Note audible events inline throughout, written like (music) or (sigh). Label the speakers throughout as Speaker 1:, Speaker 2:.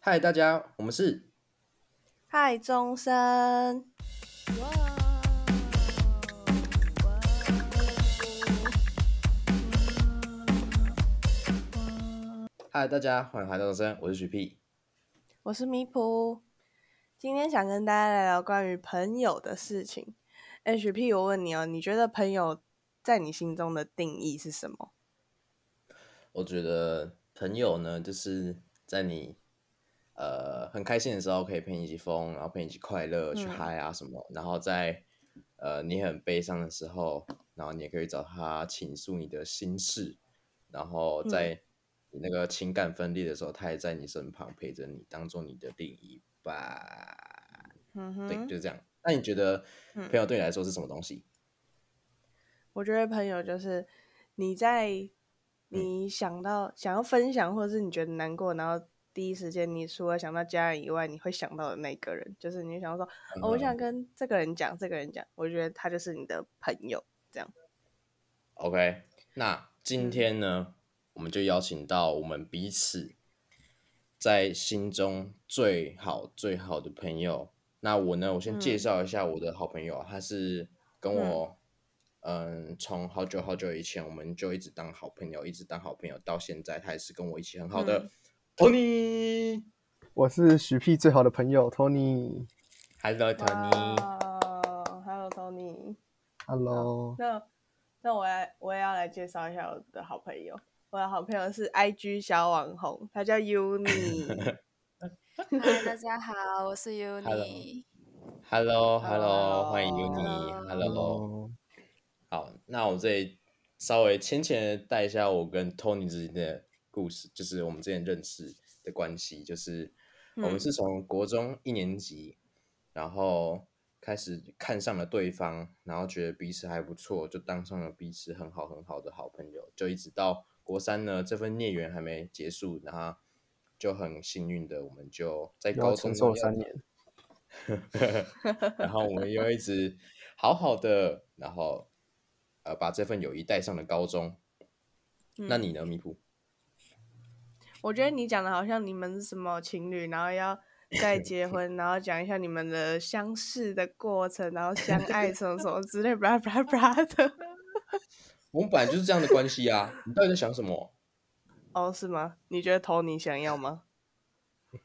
Speaker 1: 嗨，大家，我们是
Speaker 2: 嗨，钟声。
Speaker 1: 嗨，大家欢迎来到声，我是许 P。
Speaker 2: 我是咪普，今天想跟大家聊聊关于朋友的事情。HP，我问你哦，你觉得朋友在你心中的定义是什么？
Speaker 1: 我觉得朋友呢，就是在你呃很开心的时候，可以陪你一起疯，然后陪你一起快乐，去
Speaker 2: 嗯
Speaker 1: 嗨啊什么。然后在呃你很悲伤的时候，然后你也可以找他倾诉你的心事。然后
Speaker 2: 嗯
Speaker 1: 在你那个情感分裂的时候，他也在你身旁陪着你，当做你的另一半。
Speaker 2: 嗯
Speaker 1: 对，
Speaker 2: 哼，
Speaker 1: 就是这样。那你觉得
Speaker 2: 嗯
Speaker 1: 朋友对你来说是什么东西？
Speaker 2: 我觉得朋友就是你在你想到、想要分享，或者是你觉得难过，然后第一时间你除了想到家人以外，你会想到的那个人，就是你会想到说，哦，我
Speaker 1: 嗯
Speaker 2: 想跟这个人讲，这个人讲，我觉得他就是你的朋友，这样。
Speaker 1: OK，那今
Speaker 2: 嗯
Speaker 1: 天呢，我们就邀请到我们彼此在心中最好最好的朋友。那我呢，我先介
Speaker 2: 嗯
Speaker 1: 绍一下我的好朋友啊，他是跟我，嗯，从好久好久以前我们就一直当好朋友，一直当好朋友，到现在他也是跟我一起很好的
Speaker 2: 嗯
Speaker 1: Tony。
Speaker 3: 我是许屁最好的朋友 Tony。
Speaker 1: Hello
Speaker 2: 哇
Speaker 1: Tony，
Speaker 2: 哦，Hello Tony。
Speaker 3: Hello，
Speaker 2: 那那我来，我也要来介绍一下我的好朋友。我的好朋友是 IG 小网红，他叫 Uni。
Speaker 4: 嗨，大家好，我是 Uni。
Speaker 1: h e l l o h e l l o 欢迎
Speaker 2: Hello
Speaker 1: Uni，Hello。好，那我这里稍微浅浅的带一下我跟 Tony 之间的故事，就是我们之间认识的关系，就是我们
Speaker 2: 嗯
Speaker 1: 是从国中一年级，然后开始看上了对方，然后觉得彼此还不错，就当上了彼此很好很好的好朋友，就一直到国三呢，这份孽缘还没结束，然后就很幸运的，我们就在
Speaker 3: 要
Speaker 1: 高中
Speaker 3: 承
Speaker 1: 呢
Speaker 3: 受
Speaker 1: 要
Speaker 3: 三年，
Speaker 1: 然后我们又一直好好的，然后呃把这份友谊带上了高中。那
Speaker 2: 嗯
Speaker 1: 你呢，米普？
Speaker 2: 我觉得你讲的好像你们是什么情侣，然后要再结婚，然后讲一下你们的相识的过程，然后相爱什么什么之类，巴拉巴拉巴拉的。
Speaker 1: 我们本来就是这样的关系啊！ (laughs) 你到底在想什么？
Speaker 2: 哦，是吗？你觉得 Tony 想要吗？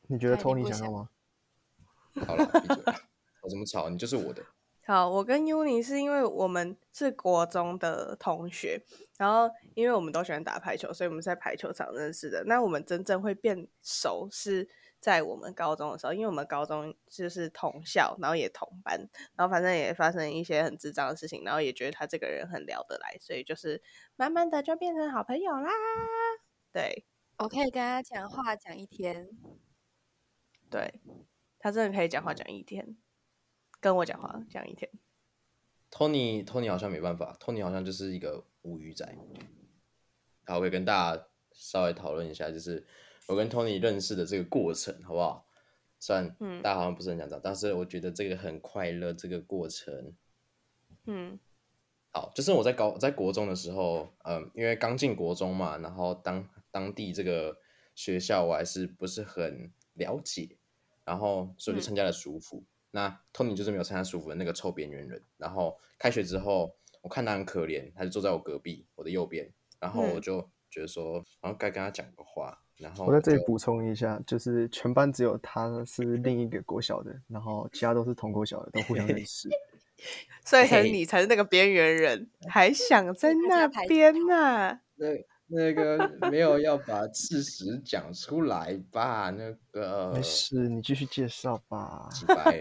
Speaker 3: 你觉得
Speaker 4: 那你
Speaker 3: Tony
Speaker 4: 不
Speaker 3: 想要吗？
Speaker 1: 哎好了，闭嘴吧，吵什么吵？你就是我的。
Speaker 2: 好，我跟 Uni 是因为我们是国中的同学，然后因为我们都喜欢打排球，所以我们是在排球场认识的。那我们真正会变熟是在我们高中的时候，因为我们高中就是同校，然后也同班，然后反正也发生一些很智障的事情，然后也觉得他这个人很聊得来，所以就是慢慢的就变成好朋友啦。对
Speaker 4: 我可以跟他讲话讲一天，
Speaker 2: 对，他真的可以讲话讲一天，跟我讲话讲一天。
Speaker 1: Tony，Tony 好像没办法，Tony 好像就是一个无语仔。好，我也跟大家稍微讨论一下，就是我跟 Tony 认识的这个过程，好不好？虽然
Speaker 2: 嗯
Speaker 1: 大家好像不是很想知道，但是我觉得这个很快乐，这个过程
Speaker 2: 嗯
Speaker 1: 好，就是我在高在国中的时候，嗯，因为刚进国中嘛，然后当当地这个学校我还是不是很了解，然后所以就
Speaker 2: 嗯
Speaker 1: 参加了暑辅。那 Tony 就是没有参加暑辅的那个臭边缘人。然后开学之后，我看他很可怜，他就坐在我隔壁，我的右边，然后我
Speaker 2: 嗯
Speaker 1: 就觉得说，然后该跟他讲个话，然后
Speaker 3: 我在这里
Speaker 1: 就
Speaker 3: 补充一下，就是全班只有他是另一个国小的，然后其他都是同国小的，都互相认
Speaker 1: (laughs)
Speaker 3: 识。
Speaker 2: 所以才
Speaker 1: 嘿
Speaker 2: 是你才是那个边缘人，还想在
Speaker 4: 大
Speaker 2: 那
Speaker 4: 家排挤
Speaker 2: 边呐、
Speaker 1: 那 (laughs) 那个没有要把事实讲出来吧，那个
Speaker 3: 没事，你继续介绍吧。
Speaker 1: 几百欸。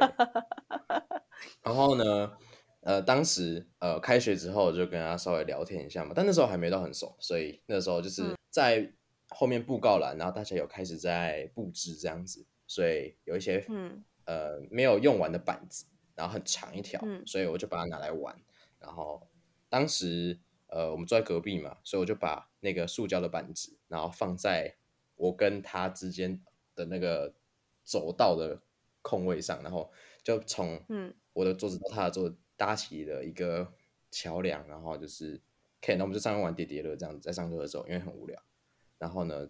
Speaker 1: (laughs) 然后呢，呃，当时呃开学之后就跟他稍微聊天一下嘛，但那时候还没到很熟，所以那时候
Speaker 2: 嗯
Speaker 1: 就是在后面布告栏，然后大家有开始在布置这样子，所以有一些
Speaker 2: 嗯
Speaker 1: 呃没有用完的板子，然后很长一条，
Speaker 2: 嗯
Speaker 1: 所以我就把它拿来玩。然后当时呃我们住在隔壁嘛，所以我就把那个塑胶的板子，然后放在我跟他之间的那个走道的空位上，然后就从
Speaker 2: 嗯
Speaker 1: 我的桌子到他的桌子搭起了一个桥梁，然后就是可以，那我们就上面玩叠叠乐这样子，在上课的时候因为很无聊，然后呢，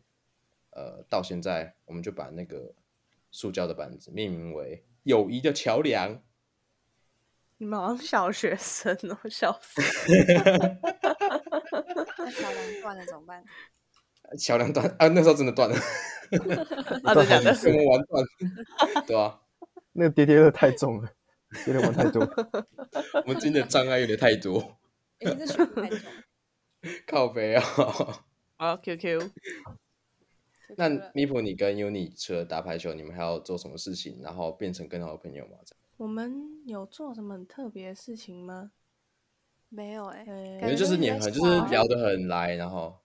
Speaker 1: 呃，到现在我们就把那个塑胶的板子，命名为“友谊的桥梁
Speaker 2: 你们好像小学生哦，笑 (laughs) 死！
Speaker 4: 那桥梁断了怎么办？”。
Speaker 1: 桥梁断啊，那时候真的断了，
Speaker 2: 啊，真的假的？
Speaker 1: 被我们玩断了，对啊？
Speaker 3: 那个叠叠乐太重了，有点玩太
Speaker 1: (laughs)
Speaker 3: 多。
Speaker 1: 我们今天的障碍有点太多，
Speaker 4: 一定是学不太懂。
Speaker 1: 靠背啊、
Speaker 2: 啊，QQ，
Speaker 1: 那
Speaker 4: 啊
Speaker 1: m i p 你跟 Uni 除了打排球，你们还要做什么事情，然后变成更好的朋友吗？这样
Speaker 2: 我们有做什么很特别的事情吗？
Speaker 4: (laughs) 没有哎、
Speaker 2: 呃
Speaker 1: 我觉得就是你很就是聊得很来，然后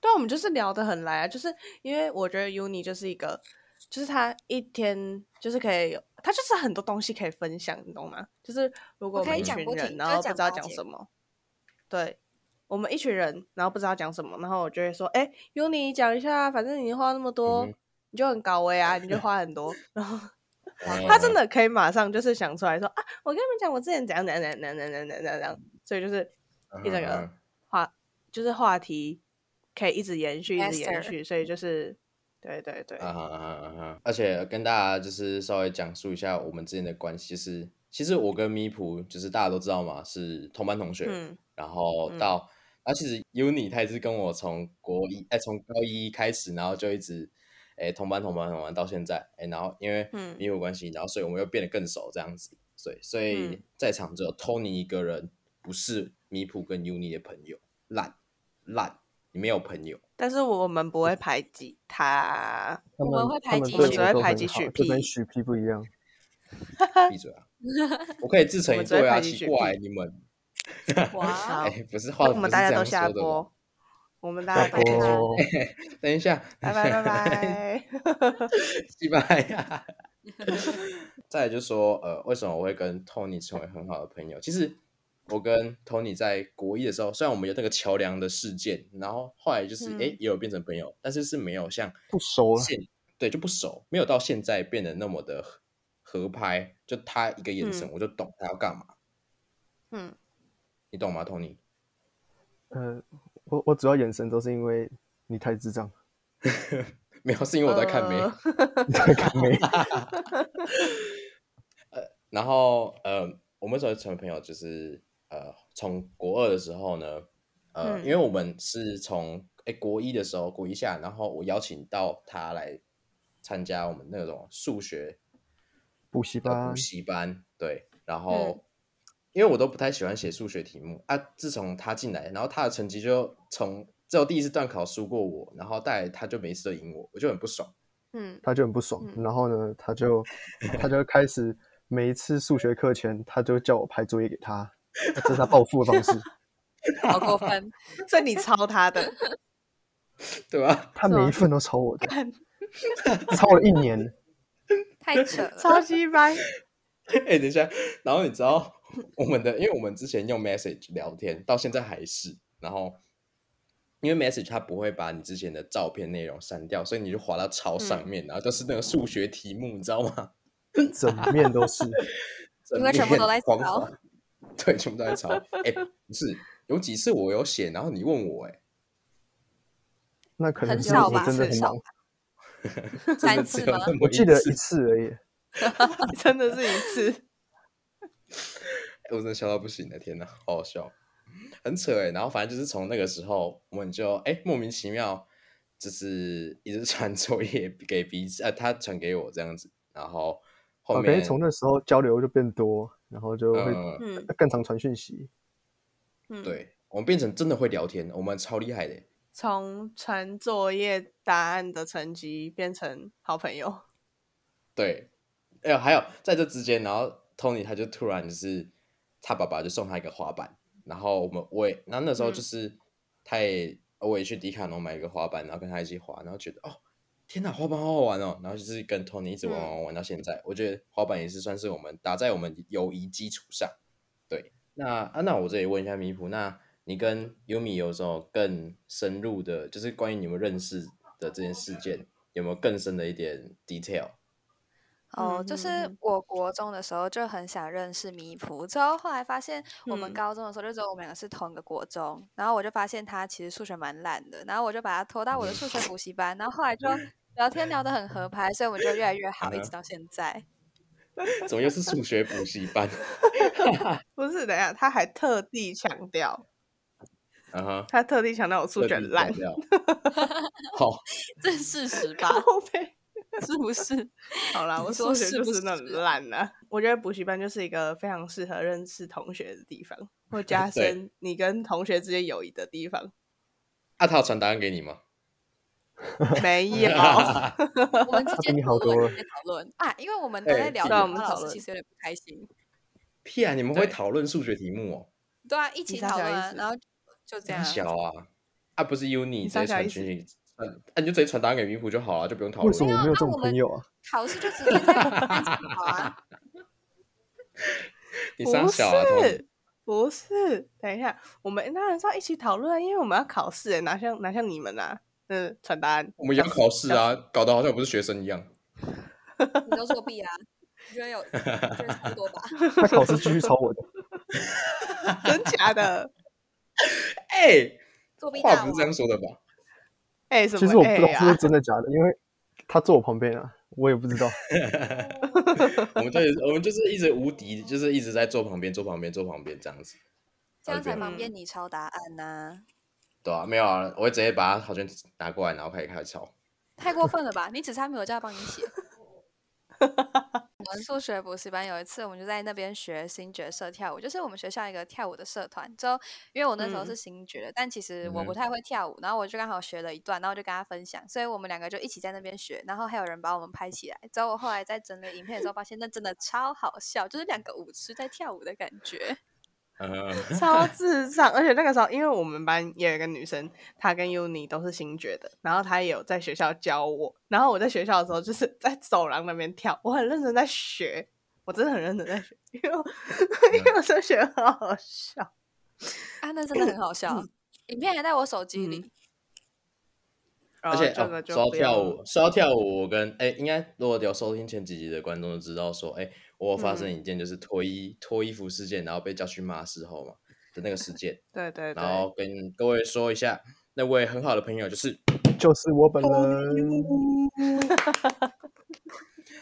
Speaker 2: 对啊，我们就是聊得很来啊，就是因为我觉得 Uni 就是一个，就是他一天就是可以有，他就是很多东西可以分享，你懂吗？就是如果我
Speaker 4: 我可
Speaker 2: 们
Speaker 4: 以
Speaker 2: 一
Speaker 4: 讲
Speaker 2: 群
Speaker 4: 不
Speaker 2: 人，
Speaker 4: 停
Speaker 2: 然
Speaker 4: 就是
Speaker 2: 后不
Speaker 4: 讲
Speaker 2: 知道
Speaker 4: 不到
Speaker 2: 讲
Speaker 4: 结
Speaker 2: 什么，对我们一群人，然后不知道讲什么，然后我就会说，哎、u n i 讲一下，反正你花那么多，
Speaker 1: 嗯哼
Speaker 2: 你就很高危啊，你就花很多，然后
Speaker 1: 嗯
Speaker 2: (laughs) 他真的可以马上就是想出来说啊，我跟你们讲，我之前怎样怎样怎样怎样怎样怎样怎样，所以就是一整
Speaker 1: 嗯
Speaker 2: 个
Speaker 1: 嗯
Speaker 2: 话就是话题可以一直延续，一直延
Speaker 4: Master
Speaker 2: 续，所以就是对对对，
Speaker 1: 啊哈啊哈啊哈！而且跟大家就是稍微讲述一下我们之间的关系，就是其实我跟咪普就是大家都知道嘛，是同班同学，
Speaker 2: 嗯
Speaker 1: 然后
Speaker 2: 嗯
Speaker 1: 到那、其实 Uni 他也是跟我从国一哎从高一开始，然后就一直哎同班同班同班到现在哎，然后因为
Speaker 2: 嗯
Speaker 1: 咪普关系，然后所以我们又变得更熟这样子，所以所以
Speaker 2: 嗯
Speaker 1: 在场只有 Tony 一个人不是咪普跟 Uni 的朋友，烂烂，你没有朋友。
Speaker 2: 但是我们不会排挤他，
Speaker 3: 他
Speaker 4: 我
Speaker 3: 们
Speaker 4: 们会排
Speaker 3: 他们
Speaker 4: 挤
Speaker 3: 对
Speaker 2: 我们
Speaker 3: 我
Speaker 4: 你
Speaker 2: 只会
Speaker 3: 都
Speaker 2: 排
Speaker 3: 很
Speaker 2: 挤
Speaker 3: 好
Speaker 2: 许
Speaker 3: 就跟
Speaker 2: 屁
Speaker 3: 许屁不一样。
Speaker 1: 闭嘴
Speaker 2: (laughs)
Speaker 1: 啊！我可以自成一
Speaker 2: 我们只会
Speaker 1: 对啊，
Speaker 2: 排挤
Speaker 1: 奇
Speaker 2: 雪
Speaker 1: 怪、
Speaker 2: 碧
Speaker 1: 你们
Speaker 4: 哇，哦
Speaker 1: (laughs) 哎、不是话
Speaker 2: 那
Speaker 1: 不
Speaker 2: 我们
Speaker 1: 是
Speaker 2: 大家
Speaker 1: 这
Speaker 2: 都
Speaker 1: 样
Speaker 2: 下
Speaker 1: 说的吗。
Speaker 2: 播，我们大家
Speaker 4: 下
Speaker 2: 都下
Speaker 4: 播
Speaker 2: 播，
Speaker 3: 哦，
Speaker 1: 等一下，
Speaker 2: 拜拜
Speaker 1: (laughs)
Speaker 2: 拜拜，
Speaker 1: 西班牙。再来就说，呃，为什么我会跟 Tony 成为很好的朋友？其实我跟 Tony 在国一的时候，虽然我们有那个桥梁的事件，然后后来就是哎、
Speaker 2: 嗯
Speaker 1: 诶也有变成朋友，但是是没有像
Speaker 3: 不熟啊了，
Speaker 1: 现对就不熟，没有到现在变得那么的合合拍。就他一个眼神，
Speaker 2: 嗯
Speaker 1: 我就懂他要干嘛，
Speaker 2: 嗯，
Speaker 1: 你懂吗，Tony？
Speaker 3: 呃，我我主要眼神都是因为你太智障， (laughs)
Speaker 1: 没有，是因为我在看没。
Speaker 2: 呃
Speaker 3: 你在看没？
Speaker 1: 然后呃，我们所谓成为朋友，就是呃，从国二的时候呢，呃，
Speaker 2: 嗯
Speaker 1: 因为我们是从哎国一的时候，国一下，然后我邀请到他来参加我们那种数学
Speaker 3: 补习
Speaker 1: 的
Speaker 3: 班
Speaker 1: 补，习班，对，然后、因为我都不太喜欢写数学题目啊，自从他进来，然后他的成绩就从只有第一次段考输过我，然后带来他就每一次都赢我，我就很不爽。 (laughs)
Speaker 2: 嗯
Speaker 3: 他就很不爽，
Speaker 2: 嗯
Speaker 3: 然后呢，他就他就开始每一次数学课前，他就叫我拍作业给他，这是他报复的方式。
Speaker 4: 好过分！
Speaker 2: 所以你抄他的，
Speaker 1: 对吧？
Speaker 3: 他每一份都抄我的，
Speaker 2: 看
Speaker 3: 抄了一年。
Speaker 4: 太扯了。
Speaker 2: 超级掰，
Speaker 1: (laughs) 哎、等一下，然后你知道我们的，因为我们之前用 Message 聊天，到现在还是，然后因为 Message 它不会把你之前的照片内容删掉，所以你就滑到
Speaker 4: 嗯
Speaker 1: 超上面，然后都是那个数学题目，你知道吗？
Speaker 3: 整面都是，
Speaker 1: 整
Speaker 4: 因为全部都
Speaker 1: 面
Speaker 4: 在
Speaker 1: 狂
Speaker 4: 抄
Speaker 1: 滑，对，全部都在抄。哎、不是，有几次我有写，然后你问我、
Speaker 4: (laughs)
Speaker 1: 哎，
Speaker 3: 那可能
Speaker 4: 很
Speaker 3: 是
Speaker 4: 少
Speaker 3: 我
Speaker 4: 吧
Speaker 3: 真的
Speaker 4: 很
Speaker 3: 很
Speaker 4: 少
Speaker 3: 忙。
Speaker 1: 真的
Speaker 4: 三
Speaker 1: 只
Speaker 4: 次
Speaker 1: 有
Speaker 4: 吗
Speaker 1: (laughs) 那？么
Speaker 3: 我
Speaker 1: 一
Speaker 3: 记得
Speaker 1: 次
Speaker 3: 一次而已，
Speaker 2: 真的是一
Speaker 1: (laughs)
Speaker 2: 次，
Speaker 1: 欸我真的笑到不行了，天哪，好好笑，很扯哎、然后反正就是从那个时候，我们就哎、欸莫名其妙，就是一直 (laughs) 传作业给彼此，呃，他传给我这样子，然后后
Speaker 3: 我感
Speaker 1: 面
Speaker 3: 觉哦从那时候交流就变多，然后就会
Speaker 1: 嗯
Speaker 2: 嗯
Speaker 3: 更常传讯息。
Speaker 2: 嗯，。
Speaker 1: 对我们变成真的会聊天，我们超厉害的欸、
Speaker 2: 从传作业答案的成绩变成好朋友，
Speaker 1: 对，哎、还有在这之间，然后 Tony 他就突然就是他爸爸就送他一个滑板，然后我们我也，然后那时候
Speaker 2: 嗯
Speaker 1: 就是他也我也去迪卡侬买一个滑板，然后跟他一起滑，然后觉得哦天哪，滑板好好玩哦，然后就是跟 Tony 一直玩
Speaker 2: 嗯
Speaker 1: 玩玩玩到现在，我觉得滑板也是算是我们打在我们友谊基础上。对，那啊，那我这里问一下米普，那你跟 Yumi 有时候更深入的，就是关于你们认识的这件事件，有没有更深的一点 detail？
Speaker 4: 哦，
Speaker 2: 嗯
Speaker 4: 就
Speaker 2: 嗯
Speaker 4: 是
Speaker 2: 嗯
Speaker 4: 我国中的时候就很想认识米普，之后后来发现我们
Speaker 2: 嗯
Speaker 4: 高中的时候就只有我们两个是同一个国中，然后我就发现他其实数学蛮烂的，然后我就把他拖到我的数学补习班，然后后来就聊天聊得很合拍，所以我们就越来越好，一
Speaker 1: 嗯
Speaker 4: 直到现在。
Speaker 1: 怎么又是数学补习班？
Speaker 2: 不是，等一下，他还特地强调，
Speaker 1: 啊哈，
Speaker 2: 他特地强调我数学很烂
Speaker 1: 特地，强调。 (laughs) 好，
Speaker 4: 这是事实吧？
Speaker 2: (laughs) 靠背
Speaker 4: 是不是？
Speaker 2: 好啦，
Speaker 4: 你
Speaker 2: 我数
Speaker 4: 说
Speaker 2: 学
Speaker 4: 是
Speaker 2: 就
Speaker 4: 不
Speaker 2: 是那
Speaker 4: 是
Speaker 2: 很烂啊。我觉得补习班就是一个非常适合认识同学的地方，或
Speaker 3: (laughs)
Speaker 2: 加
Speaker 1: 对
Speaker 2: 深你跟同学之间友谊的地方。
Speaker 1: 阿桃传答案给你吗？
Speaker 3: (laughs)
Speaker 2: 没有，
Speaker 4: 我们之
Speaker 3: 比
Speaker 4: 间
Speaker 3: 你
Speaker 4: 讨
Speaker 3: 好多
Speaker 4: 论
Speaker 3: 了
Speaker 4: 也讨论啊，因为我们都
Speaker 1: 哎
Speaker 4: 在聊
Speaker 1: 是
Speaker 4: 天，
Speaker 2: 啊
Speaker 4: 然
Speaker 2: 我
Speaker 4: 后
Speaker 2: 们讨
Speaker 4: 老师
Speaker 2: 论
Speaker 4: 其实有点不开心。
Speaker 1: (laughs) 屁啊！你们会
Speaker 2: 对
Speaker 1: 讨论数学题目哦？
Speaker 4: 对啊，一起
Speaker 2: 傻
Speaker 4: 讨
Speaker 2: 小
Speaker 4: 论
Speaker 2: 意
Speaker 4: 啊，
Speaker 2: 思
Speaker 4: 然后就就这
Speaker 1: 真
Speaker 4: 样啊。
Speaker 1: 小啊！啊，不是 uni
Speaker 2: 你
Speaker 1: 直
Speaker 2: 上
Speaker 1: 接
Speaker 2: 下
Speaker 1: 传
Speaker 2: 意
Speaker 1: 群
Speaker 2: 思
Speaker 1: 里，啊，你就直接传答案给迷糊就好了，就不用讨
Speaker 3: 为什么
Speaker 1: 论。
Speaker 3: 我
Speaker 4: 啊
Speaker 3: 没有这
Speaker 4: 啊
Speaker 3: 种
Speaker 4: 我
Speaker 3: 朋
Speaker 4: 们
Speaker 3: 友啊？
Speaker 4: 考试就直接在班上考啊，
Speaker 1: 你
Speaker 2: 不
Speaker 1: 三
Speaker 2: 是
Speaker 1: 小啊，同学，
Speaker 2: 不是。等一下，我们当然是要一起讨论啊，因为我们要考试欸，哪像哪像你们啊？嗯，传答案，
Speaker 1: 我们也要
Speaker 2: 笑死
Speaker 1: 考试啊，搞得好像我不是学生一样。
Speaker 4: 你都作弊啊？你觉得有，你觉得差不多吧？
Speaker 3: 啊他考试继续抄我的，
Speaker 2: 真假
Speaker 3: (laughs)
Speaker 2: 的？
Speaker 1: 哎，
Speaker 4: 作弊
Speaker 1: 话
Speaker 4: 大
Speaker 1: 不
Speaker 4: 王
Speaker 1: 是
Speaker 2: 啊
Speaker 1: 这样说的吧？
Speaker 2: 哎、什么？
Speaker 3: 其实我不知道
Speaker 2: 哎
Speaker 3: 这
Speaker 2: 啊
Speaker 3: 是真的假的，因为他坐我旁边啊，我也不知道。
Speaker 1: 我们就是我们就是一直无敌，就是一直在坐旁边，坐旁边，坐旁边这样子。
Speaker 4: 这样才
Speaker 1: 嗯
Speaker 4: 方便你抄答案呐、
Speaker 1: 对啊，没有啊，我会直接把他考卷拿过来，然后开始开始抄。 (laughs)
Speaker 4: 太过分了吧？你只差没有叫他帮你写。 (laughs) 我们数学补习班有一次，我们就在那边学新角色跳舞，就是我们学校一个跳舞的社团。之后，因为我那时候是
Speaker 2: 嗯
Speaker 4: 新角的，但其实我
Speaker 1: 嗯
Speaker 4: 不
Speaker 1: 哼
Speaker 4: 太会跳舞，然后我就刚好学了一段，然后我就跟他分享，所以我们两个就一起在那边学，然后还有人把我们拍起来。之后我后来在整理影片的时候，发现那真的超好笑，就是两个舞痴在跳舞的感觉。
Speaker 1: 嗯，
Speaker 2: 超智障！而且那个时候，因为我们班也有一个女生，她跟 Uni 都是新觉的，然后她也有在学校教我。然后我在学校的时候，就是在走廊那边跳，我很认真在学，我真的很认真在学，因为我 (laughs) 因为我真的学得很好笑。
Speaker 4: 啊，那真的很好笑，
Speaker 1: 嗯
Speaker 4: 影片还在我手机里。
Speaker 2: 然
Speaker 1: 而
Speaker 2: 后
Speaker 1: 且
Speaker 2: 这
Speaker 1: 哦
Speaker 2: 个就
Speaker 1: 说到
Speaker 2: 不用
Speaker 1: 跳舞，说到跳舞，我跟哎，应该如果有收听前几集的观众都知道说，哎，我有发生
Speaker 2: 嗯
Speaker 1: 一件就是脱衣脱衣服事件，然后被叫去骂事后嘛的那个事件，
Speaker 2: 对 (laughs) 对对
Speaker 1: 然，后跟各位说一下，那位很好的朋友就是
Speaker 3: 就是我本人，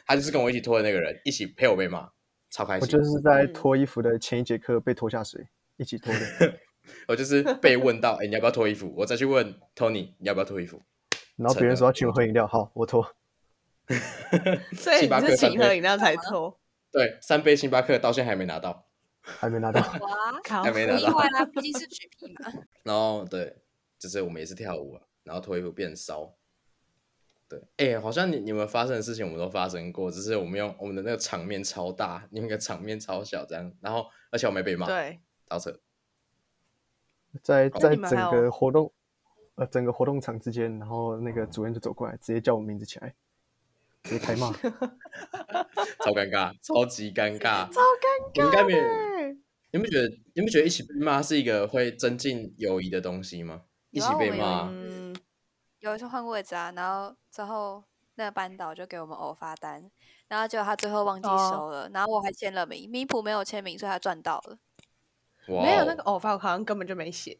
Speaker 1: 他就是跟我一起脱的那个人，一起陪我被骂，超开
Speaker 3: 我
Speaker 1: 心
Speaker 3: 就。是在
Speaker 2: 嗯
Speaker 3: 脱衣服的前一节课被拖下水，一起
Speaker 1: (laughs)
Speaker 3: 脱的，
Speaker 1: 我就是被问到，哎、你要不要脱衣服？我再去问 Tony，你要不要脱衣服？
Speaker 3: 然后别人说要请我喝饮料，好，我脱。
Speaker 2: 所以
Speaker 1: 星巴
Speaker 2: 你
Speaker 1: 克
Speaker 2: 是请
Speaker 1: 饭
Speaker 2: 喝
Speaker 1: 店
Speaker 2: 饮料
Speaker 1: (laughs)
Speaker 2: 才脱，
Speaker 1: 对，三杯星巴克到现在还没拿到，
Speaker 3: 还没
Speaker 1: (laughs)
Speaker 3: 拿到。
Speaker 4: 哇，
Speaker 2: 靠
Speaker 1: 嗯还！没
Speaker 4: 不
Speaker 1: 拿
Speaker 4: 意
Speaker 1: 到。
Speaker 4: 外啦，毕竟是举屁嘛。
Speaker 1: 然后对，就是我们也是跳舞啊，然后脱衣服变骚。对，哎、好像你你们发生的事情我们都发生过，只是我们用我们的那个场面超大，你们的场面超小这样，然后而且我没被骂，
Speaker 2: 对，
Speaker 1: 超扯。
Speaker 3: 在
Speaker 1: 哦
Speaker 3: 在
Speaker 2: 你们还
Speaker 3: 整
Speaker 2: 有
Speaker 3: 个活动，呃，整个活动场之间，然后那个主任就走过来，直接叫我名字起来，直接
Speaker 2: (laughs)
Speaker 3: 开骂。
Speaker 1: 超尴尬，超级尴尬。
Speaker 2: 超尴
Speaker 1: 你们应该没有
Speaker 2: 尬。欸
Speaker 1: 你们觉得你们觉得一起被骂是一个会增进友谊的东西吗？一
Speaker 4: 有
Speaker 1: 起
Speaker 4: 啊
Speaker 1: 被
Speaker 4: 我们有
Speaker 1: 骂，
Speaker 2: 嗯，
Speaker 4: 有一次换位置啊，然后之后那个班导就给我们偶发单，然后结果他最后忘记
Speaker 2: 哦
Speaker 4: 收了，然后我还签了名，咪普没有签名，所以他赚到了。
Speaker 1: 哇、哦，
Speaker 2: 没有那个偶发，我好像根本就没写。